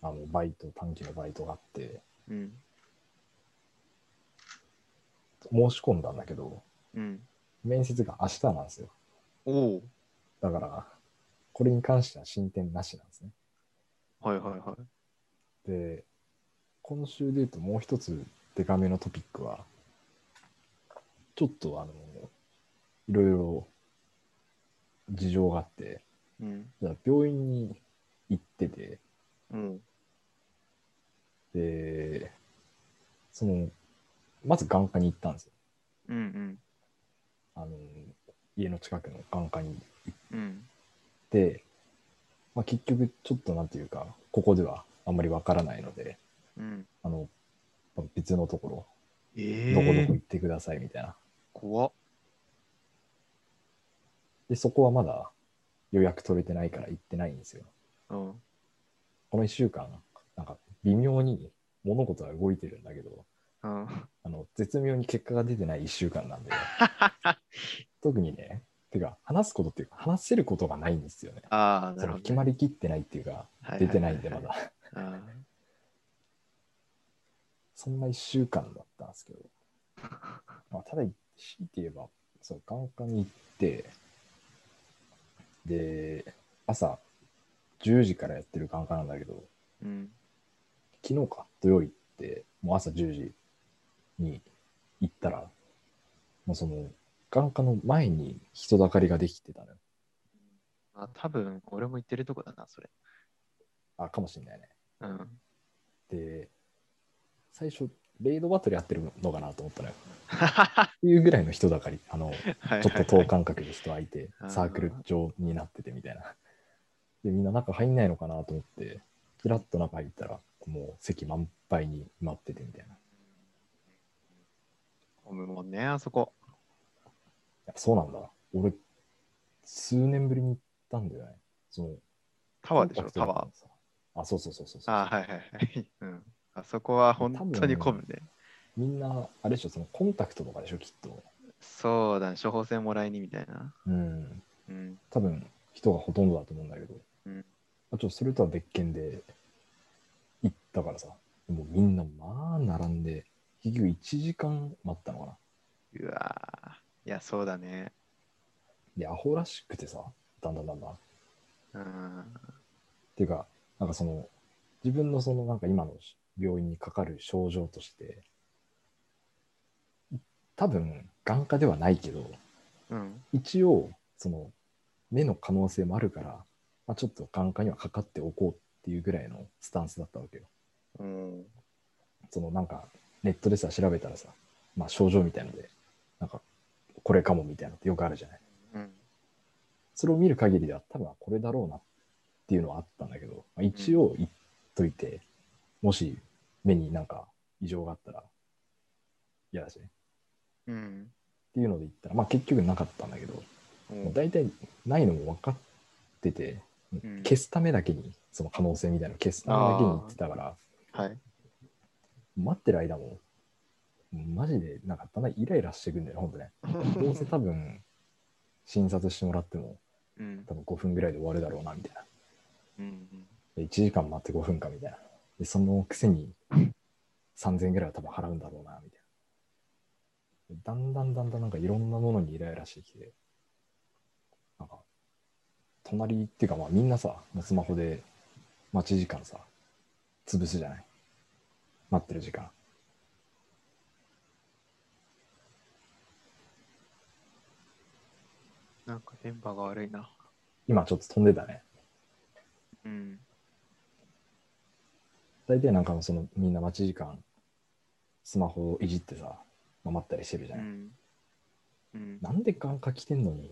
Speaker 1: あのバイト、短期のバイトがあって、
Speaker 2: うん、
Speaker 1: 申し込んだんだけど、
Speaker 2: うん。
Speaker 1: 面接が明日なんですよ。
Speaker 2: おお、
Speaker 1: だから、これに関しては進展なしなんですね。
Speaker 2: はいはいはい。
Speaker 1: で、今週で言うともう一つデカめのトピックは、ちょっとあの、いろいろ事情があって、
Speaker 2: うん、
Speaker 1: じゃあ病院に行ってて、
Speaker 2: うん、
Speaker 1: で、その、まず眼科に行ったんですよ。
Speaker 2: うん、うん、
Speaker 1: あの、家の近くの眼科に
Speaker 2: うん、
Speaker 1: で、まあ、結局ちょっとなんていうかここではあんまりわからないので
Speaker 2: うん。
Speaker 1: あのまあ別のところ
Speaker 2: え
Speaker 1: どこどこ行
Speaker 2: え
Speaker 1: っ、てくださいみたいな、
Speaker 2: 怖っ。
Speaker 1: でそこはまだ予約取れてないから行ってないんですよ
Speaker 2: うん、
Speaker 1: この1週間なんか微妙に物事は動いてるんだけど
Speaker 2: うん。
Speaker 1: あの絶妙に結果が出てない1週間 なんで特にねてか話すことっていうか話せることがないんですよね
Speaker 2: あ
Speaker 1: そ
Speaker 2: あ、な
Speaker 1: の
Speaker 2: るほどね。
Speaker 1: 決まりきってないっていうか出てないんでま
Speaker 2: は
Speaker 1: だ
Speaker 2: ははは。あ
Speaker 1: そんな1週間だったんですけど、まあ、ただ、強いて言えば、そう、眼科に行って、で、朝10時からやってる眼科なんだけど、
Speaker 2: ーうん、
Speaker 1: 昨日か、土曜日って、もう朝10時に行ったら、もうその、眼科の前に人だかりができてたのよ。
Speaker 2: まあ多分俺も行ってるとこだな、それ。
Speaker 1: あ、かもしんないね。
Speaker 2: うん。
Speaker 1: で、最初、レイドバトルやってるのかなと思ったのよ。っていうぐらいの人だかり、あの、ちょっと等間隔で人空いて
Speaker 2: あ、ー
Speaker 1: サークル状になっててみたいな。で、みんな中入んないのかなと思って、キラッと中入ったら、もう席満杯に埋まっててみたいな。
Speaker 2: 混むもんね、あそこ。
Speaker 1: やっぱそうなんだ。俺、数年ぶりに行ったんだよね。その
Speaker 2: タワーでしょ、タ
Speaker 1: コン
Speaker 2: ワ
Speaker 1: パクトだからさあ、そうそうそうそう
Speaker 2: ー。
Speaker 1: そう
Speaker 2: ああ、はいはいはい。うん。あそこは本当に混むね。
Speaker 1: みんな、あれでしょ、そのコンタクトとかでしょ、きっと。
Speaker 2: そうだね、処方箋もらいにみたいな。
Speaker 1: うん。
Speaker 2: うん。
Speaker 1: 多分、人がほとんどだと思うんだけど。
Speaker 2: うん
Speaker 1: あちょっとそれとは別件で行ったからさ、もうみんなまあ並んで、結局1時間待ったのかな。
Speaker 2: うわーいや、そうだね。
Speaker 1: で、アホらしくてさ、だんだんだんだん。っ
Speaker 2: うん。
Speaker 1: ていうか、なんかその、自分のそのなんか今の病院にかかる症状として、多分眼科ではないけど、
Speaker 2: うん。
Speaker 1: 一応、その、目の可能性もあるから、まあ、ちょっと眼科にはかかっておこうっていうぐらいのスタンスだったわけよ。
Speaker 2: うん。
Speaker 1: そのなんかネットでさ調べたらさ、まあ、症状みたいのでなんかこれかもみたいなのってよくあるじゃない
Speaker 2: うん。
Speaker 1: それを見る限りでは多分これだろうなっていうのはあったんだけど、まあ、一応言っといて、もし目になんか異常があったら嫌だしね
Speaker 2: うん。
Speaker 1: っていうので言ったら、まあ、結局なかったんだけど、
Speaker 2: うん
Speaker 1: もう大体ないのも分かってて、
Speaker 2: うん
Speaker 1: 消すためだけにその可能性みたいなのを消すためだけに言ってたから
Speaker 2: はい。
Speaker 1: 待ってる間も、マジで、なんか、だんだんイライラしてくんだよね、ほん とね。どうせ多分、診察してもらっても、
Speaker 2: うん。
Speaker 1: 多分5分ぐらいで終わるだろうな、みたいな。
Speaker 2: うん。
Speaker 1: で1時間待って5分か、みたいな。で、そのくせに、3000ぐらいは多分払うんだろうな、みたいな。でだんだんだんだんなんかいろんなものにイライラしてきて、なんか、隣っていうか、まあみんなさ、もうスマホで待ち時間さ、潰すじゃない。待ってる時間。
Speaker 2: なんか電波が悪いな。
Speaker 1: 今ちょっと飛んでたね。
Speaker 2: うん。
Speaker 1: 大体なんかそのみんな待ち時間スマホをいじってさ、まあ待ったりしてるじ
Speaker 2: う
Speaker 1: ゃない、
Speaker 2: ん。うん。
Speaker 1: なんで眼科来てんのに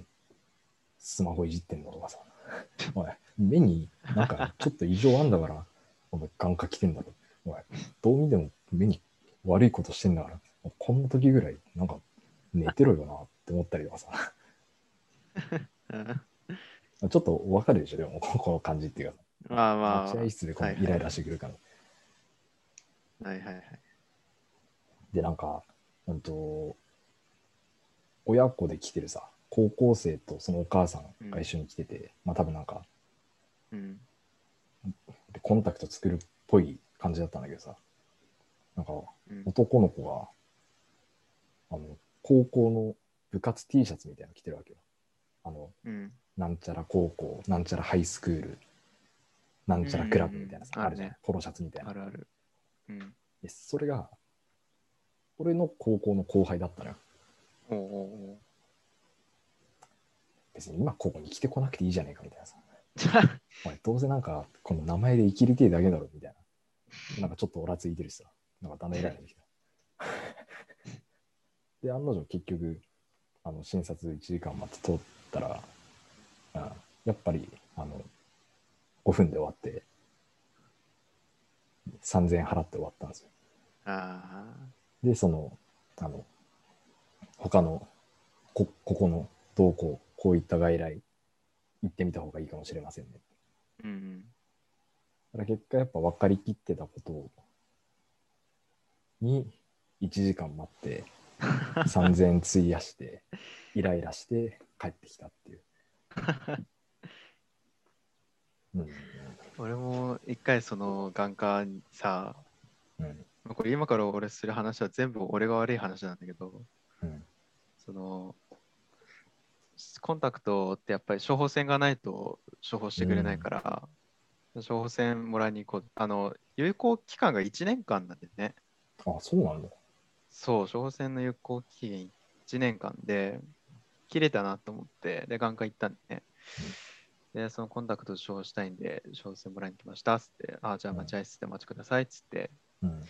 Speaker 1: スマホいじってんのとかさおい目になんかちょっと異常あんだからお前眼科来てんだろおいどう見ても目に悪いことしてんだからこんな時ぐらいなんか寝てろよなってって思ったりとかさ。
Speaker 2: うん
Speaker 1: ちょっとわかるでしょ、でも、ここの感じっていうか。
Speaker 2: まあまあ。
Speaker 1: 待合室でこの
Speaker 2: はいはい
Speaker 1: イライラしてくるから。
Speaker 2: はいはいはい。
Speaker 1: で、なんか、うんと、親子で来てるさ、高校生とそのお母さんが一緒に来てて、まあ多分なんか、
Speaker 2: うん。
Speaker 1: コンタクト作るっぽい感じだったんだけどさ、なんか、
Speaker 2: うん、
Speaker 1: 男の子が、あの、高校の部活 T シャツみたいなの着てるわけよ。あの、
Speaker 2: うん。
Speaker 1: なんちゃら高校、なんちゃらハイスクール、なんちゃらクラブみたいなさ、
Speaker 2: うんうんうん
Speaker 1: あるじゃん、
Speaker 2: ある
Speaker 1: ポロシャツみたい
Speaker 2: あ
Speaker 1: な。
Speaker 2: るある。うん。
Speaker 1: でそれが、俺の高校の後輩だったのよ。
Speaker 2: おうおうおう。
Speaker 1: 別に今ここに来てこなくていいじゃねえかみたいなさ。
Speaker 2: じゃあ、
Speaker 1: お前どうせなんか、この名前で生きりてえだけだろみたいな。なんかちょっとおらついてるしさ。なんかだんだん偉いなってきた。 で、案の定結局、あの、診察1時間待って通ったら、あやっぱり、あの、5分で終わって、3000円払って終わったんですよ。
Speaker 2: ああ。
Speaker 1: で、その、あの、他の、こ、ここの、どうこう、こういった外来、行ってみた方がいいかもしれませんね。
Speaker 2: うん。
Speaker 1: だから結果やっぱ分かりきってたことをに1時間待 って3000円費やしてイライラして帰ってきたって いう。うん
Speaker 2: 俺も一回その眼科にさ、
Speaker 1: うん
Speaker 2: まあこれ今から俺する話は全部俺が悪い話なんだけど、
Speaker 1: うん
Speaker 2: その、コンタクトってやっぱり処方箋がないと処方してくれないから、処方箋もらいに行こう。あの、有効期間が1年間なんでね。
Speaker 1: あそうなんだ。
Speaker 2: そう、処方箋の有効期限1年間で、切れたなと思って、で、眼科行ったんでね。で、そのコンタクト処方したいんで、処方箋もらいに来ましたっつって、あ、じゃあ
Speaker 1: うん
Speaker 2: 待合室でお待ちくださいっつって、
Speaker 1: うん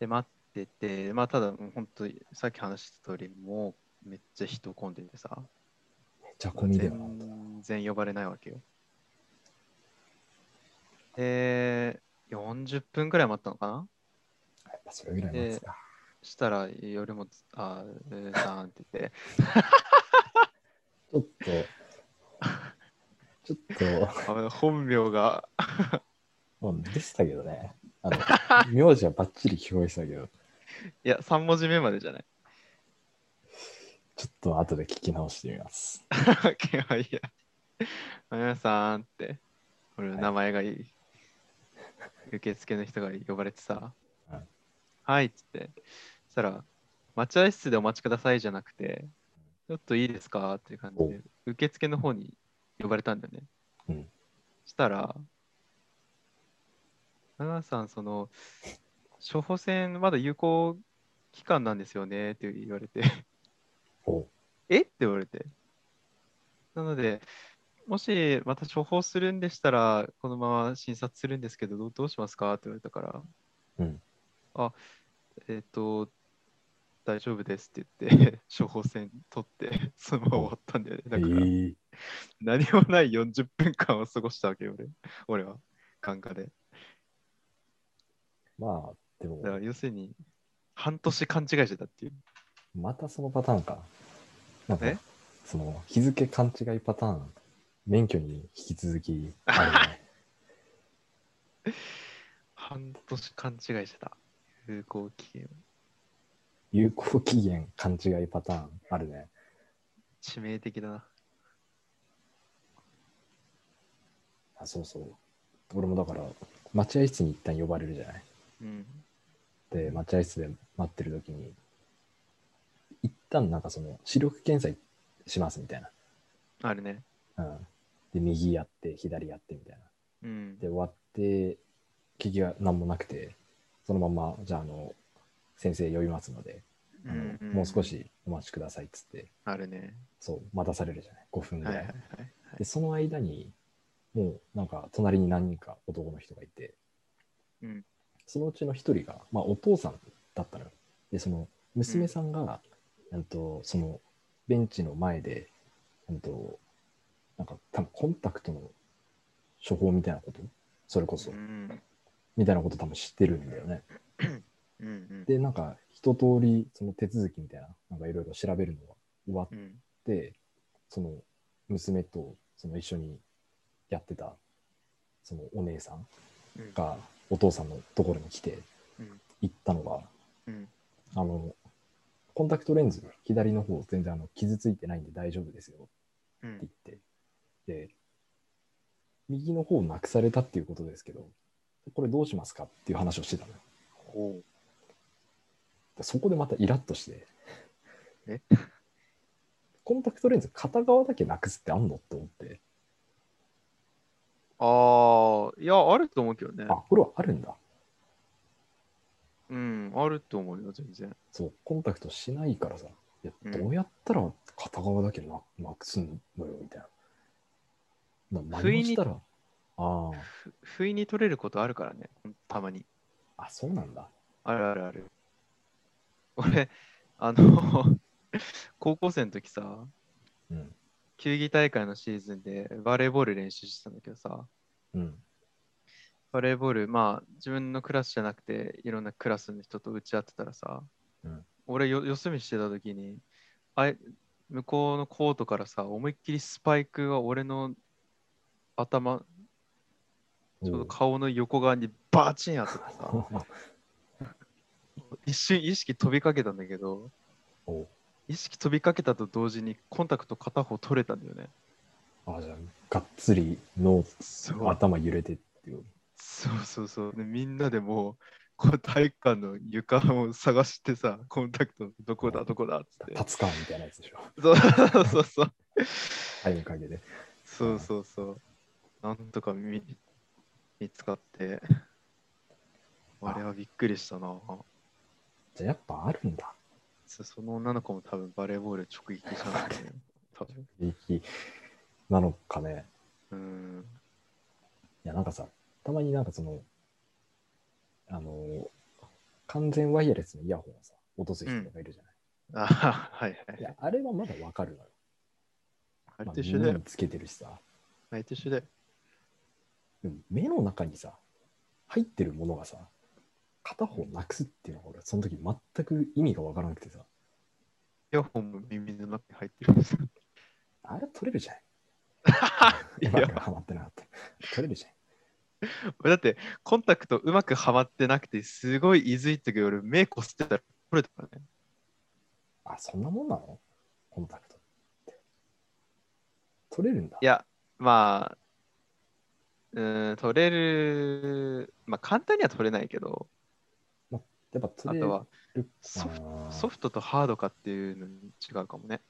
Speaker 2: で、待ってて、まあ、ただ、もう本当にさっき話した通り、もうめっちゃ人混んでてさ、
Speaker 1: めっちゃ混みでな。
Speaker 2: 全然呼ばれないわけよ。で、40分くらい待ったのかな
Speaker 1: やっぱそれぐらい待つか。
Speaker 2: したら、夜もつ、あー、うーさんって言って、
Speaker 1: ちょっと、ち ょっ
Speaker 2: あの本名が、
Speaker 1: と、うんでしたけどね。あの、名字はバッチリ聞こえてたけど、
Speaker 2: いや、3文字目までじゃない。
Speaker 1: ちょっと後で聞き直してみます。
Speaker 2: いやいや、あやさんって、俺の名前がいい。受付の人が呼ばれてさ、
Speaker 1: うん
Speaker 2: はいっつって、そしたら、待合室でお待ちくださいじゃなくて、ちょっといいですかっていう感じで、受付の方に呼ばれたんだよね。
Speaker 1: うん
Speaker 2: したら、あやさん、その、処方箋まだ有効期間なんですよねって言われて。
Speaker 1: お
Speaker 2: え って言われて。なので、もしまた処方するんでしたら、このまま診察するんですけど、どうどうしますかって言われたから、
Speaker 1: うん
Speaker 2: あ、えっ、と、大丈夫ですって言って、 処方箋取って、 そのまま終わったんだよね。
Speaker 1: え
Speaker 2: だから、
Speaker 1: ー
Speaker 2: 何もない40分間を過ごしたわけよ、俺俺は、眼科で。
Speaker 1: まあ、でも
Speaker 2: だか、ら、要するに、半年勘違いしてたっていう。
Speaker 1: またそのパターンか。なんか
Speaker 2: え、
Speaker 1: その日付勘違いパターン、免許に引き続 きあるね。
Speaker 2: 半年勘違いしてた。有効期限を。
Speaker 1: 有効期限勘違いパターンあるね。
Speaker 2: 致命的だな。
Speaker 1: あ、そうそう。俺もだから、待合室に一旦呼ばれるじゃない。
Speaker 2: うん。
Speaker 1: で、待合室で待ってる時に、一旦なんかその視力検査しますみたい
Speaker 2: あるね。
Speaker 1: な。うん。で、右やって、左やってみたいな。
Speaker 2: うん。
Speaker 1: で終わって聞きが何もなくてそのままじゃああの先生呼びますので、あの
Speaker 2: うんうん
Speaker 1: もう少しお待ちくださいっつって
Speaker 2: あるね。
Speaker 1: そう待たされるじゃない5分ぐ
Speaker 2: は
Speaker 1: ら
Speaker 2: い
Speaker 1: い、
Speaker 2: はいはい。
Speaker 1: でその間にもうなんか隣に何人か男の人がいて、
Speaker 2: うん
Speaker 1: そのうちの一人が、まあ、お父さんだったのよでその娘さんが、うん、とそのベンチの前で、うん、となんか多分コンタクトの処方みたいなことそれこそ、
Speaker 2: うん。
Speaker 1: みたいなこと多分知ってるんだよね。
Speaker 2: うん。
Speaker 1: で、なんか一通りその手続きみたいな、なんかいろいろ調べるのが終わっ
Speaker 2: うん。
Speaker 1: って、その娘とその一緒にやってたそのお姉さん
Speaker 2: うん
Speaker 1: がお父さんのところに来て
Speaker 2: うん
Speaker 1: 行ったのが、
Speaker 2: うん
Speaker 1: あの、コンタクトレンズ左の方全然あの傷ついてないんで大丈夫ですよ
Speaker 2: う
Speaker 1: っ
Speaker 2: ん
Speaker 1: て言って、で、右の方をなくされたっていうことですけど、これどうしますかっていう話をしてたのよ。
Speaker 2: ほ
Speaker 1: でそこでまたイラッとして、
Speaker 2: え
Speaker 1: コンタクトレンズ片側だけなくすってあんのって思って、
Speaker 2: うああいやあると思うけどね
Speaker 1: あ、これはあるんだ。
Speaker 2: うんあると思うよ全然
Speaker 1: そう、コンタクトしないからさ、いや
Speaker 2: うん
Speaker 1: どうやったら片側だけななくすのよみたいな。な
Speaker 2: 不意
Speaker 1: 何を
Speaker 2: に
Speaker 1: したら、あ
Speaker 2: ふ不意に取れることあるからねたまに
Speaker 1: あ、あ、そうなんだ。
Speaker 2: あるあるある。俺、あの、 高校生の時さ、
Speaker 1: うん。
Speaker 2: 球技大会のシーズンでバレーボール練習してたんだけどさ、
Speaker 1: うん。
Speaker 2: バレーボール、まあ自分のクラスじゃなくて、いろんなクラスの人と打ち合ってたらさ、
Speaker 1: うん
Speaker 2: 俺よ、四隅してた時に、あい向こうのコートからさ、思いっきりスパイクが俺の頭、ちょうど顔の横側にバチン当たって さ、
Speaker 1: おう
Speaker 2: 一瞬意識飛びかけたんだけど、
Speaker 1: おう
Speaker 2: 意識飛びかけたと同時にコンタクト片方取れたんだよね。
Speaker 1: あじゃあ、がっつり脳
Speaker 2: そ
Speaker 1: 頭揺れてっていう。
Speaker 2: そうそうそう。でみんなでもう、こう体育館の床を探してさ、コンタクトどこだどこだっつって。
Speaker 1: 立つかみたいなやつでしょ。
Speaker 2: そうそうそう。
Speaker 1: 太陽の陰で。
Speaker 2: そうそうそう。なんとか見見つかって。あれはびっくりしたな。
Speaker 1: じゃあやっぱあるんだ。
Speaker 2: そその女の子も多分バレーボール直撃したんだよね。多分
Speaker 1: いいなのかね。
Speaker 2: うん。
Speaker 1: いや、なんかさ、たまになんかその、あの、完全ワイヤレスのイヤホンをさ、落とす人とかいるじゃない。
Speaker 2: あはいはい
Speaker 1: い。や、あれはまだわかるのよ。
Speaker 2: あれ
Speaker 1: まあ、
Speaker 2: と一緒だ
Speaker 1: 耳
Speaker 2: よ
Speaker 1: に。つけてるしさ。
Speaker 2: あれと一緒だよ。
Speaker 1: でも目の中にさ、入ってるものがさ、片方なくすっていうのが俺、その時全く意味がわからなくてさ、
Speaker 2: イヤホンも耳の中に入ってるんですよ。
Speaker 1: あれ取れるじゃん。
Speaker 2: いや
Speaker 1: うまくはまってなかった。取れるじゃん。
Speaker 2: 俺だってコンタクトうまくはまってなくてすごいいづいてくる俺目こすってたら取れたからね。
Speaker 1: あ、そんなもんなのコンタクトって。取れるんだ。
Speaker 2: いや、まあ、うーん、取れる、まあ簡単には取れないけど、
Speaker 1: やっぱ取
Speaker 2: あ
Speaker 1: れ
Speaker 2: と
Speaker 1: る
Speaker 2: はソ
Speaker 1: か
Speaker 2: フ
Speaker 1: な
Speaker 2: ソフトとハードかっていうのに違うかもね。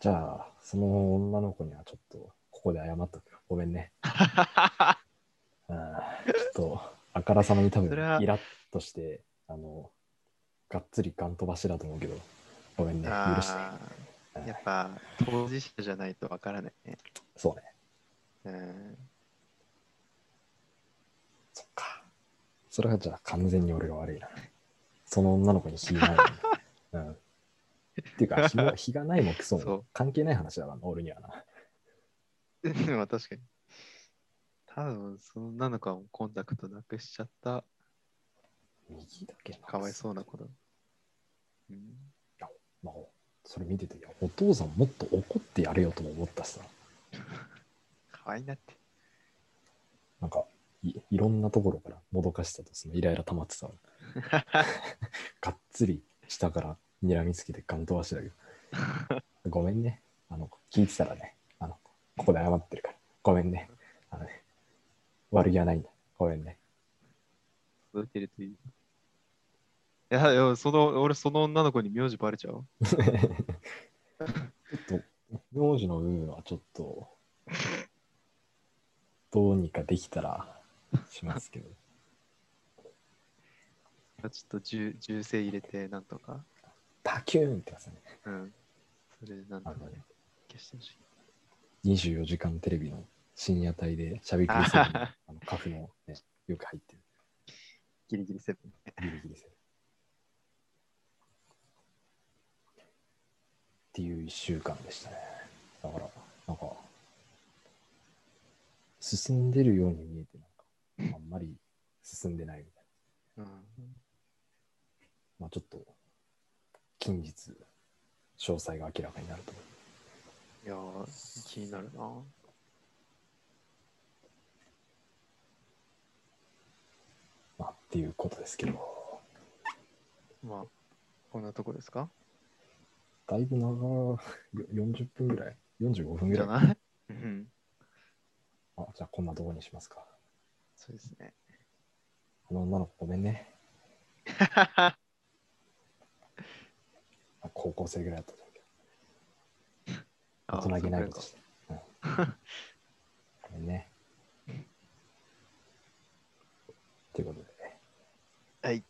Speaker 1: じゃあ、その女の子にはちょっと、ここで謝っとくよ。ごめ んね。うんちょっと、あからさまに多分
Speaker 2: それは、
Speaker 1: イラッとして、あの、がっつりガン飛ばしだと思うけど、ごめんね。許して。
Speaker 2: あ
Speaker 1: うん
Speaker 2: ーやっぱ当事者じゃないとわからないね。
Speaker 1: そうね。
Speaker 2: うん、
Speaker 1: そっか。それはじゃあ完全に俺が悪いな。その女の子に非がない のに。うん。っていうか、非も非がないもクソ
Speaker 2: そう
Speaker 1: も関係ない話だな、俺にはな。
Speaker 2: まあ確かに。多分そんなのかもコンタクトなくしちゃった
Speaker 1: 右だけな
Speaker 2: かわいそうな子だ。うん
Speaker 1: まあ、それ見てて、いやお父さんもっと怒ってやれよとも思ったしさ、
Speaker 2: 可愛いなって。
Speaker 1: なんかい、いろんなところからもどかしさとそのイライラ溜まってさ、がっつり下から睨みつけてガン飛ばしてたけど、ごめんね。あの、聞いてたらね、あの、ここで謝ってるから、ごめんね。あのね、悪気はないんだ。ごめんね。
Speaker 2: 届いてるといい。いや、でもその、俺、その女の子に名字バレちゃう。
Speaker 1: ちょっと、名字の部分はちょっと、どうにかできたらしますけど。
Speaker 2: ちょっと銃、銃声入れて、なんとか。
Speaker 1: バキューンってやつね。
Speaker 2: うん。それで、なんとかね、消してほしい。
Speaker 1: 24時間テレビの深夜帯でしゃべくりするあのカフの、ね、よく入ってる。
Speaker 2: ギリギリセブン。
Speaker 1: ギリギリセブンっていう1週間でしたね。だから、なんか、進んでるように見えて、なんか、あんまり進んでないみたいな。
Speaker 2: うん。
Speaker 1: まあちょっと、近日、詳細が明らかになると思う。
Speaker 2: いやー、気になるな。
Speaker 1: まあ、っていうことですけど、
Speaker 2: まあ、こんなとこですか
Speaker 1: だいぶ長い、よ40分ぐらい ?45 分ぐ
Speaker 2: じ
Speaker 1: ら
Speaker 2: ゃ
Speaker 1: い
Speaker 2: ないうん。
Speaker 1: あじゃあこんなとこにしますか。
Speaker 2: そうです ね。
Speaker 1: あの女の子ごめんね。あ高校生ぐらいだったと思うけ
Speaker 2: あ
Speaker 1: ど、大人げない
Speaker 2: そう
Speaker 1: こと
Speaker 2: か
Speaker 1: して。うんごめんね。ということで、
Speaker 2: はい。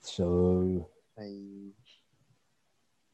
Speaker 1: しょー。
Speaker 2: はい。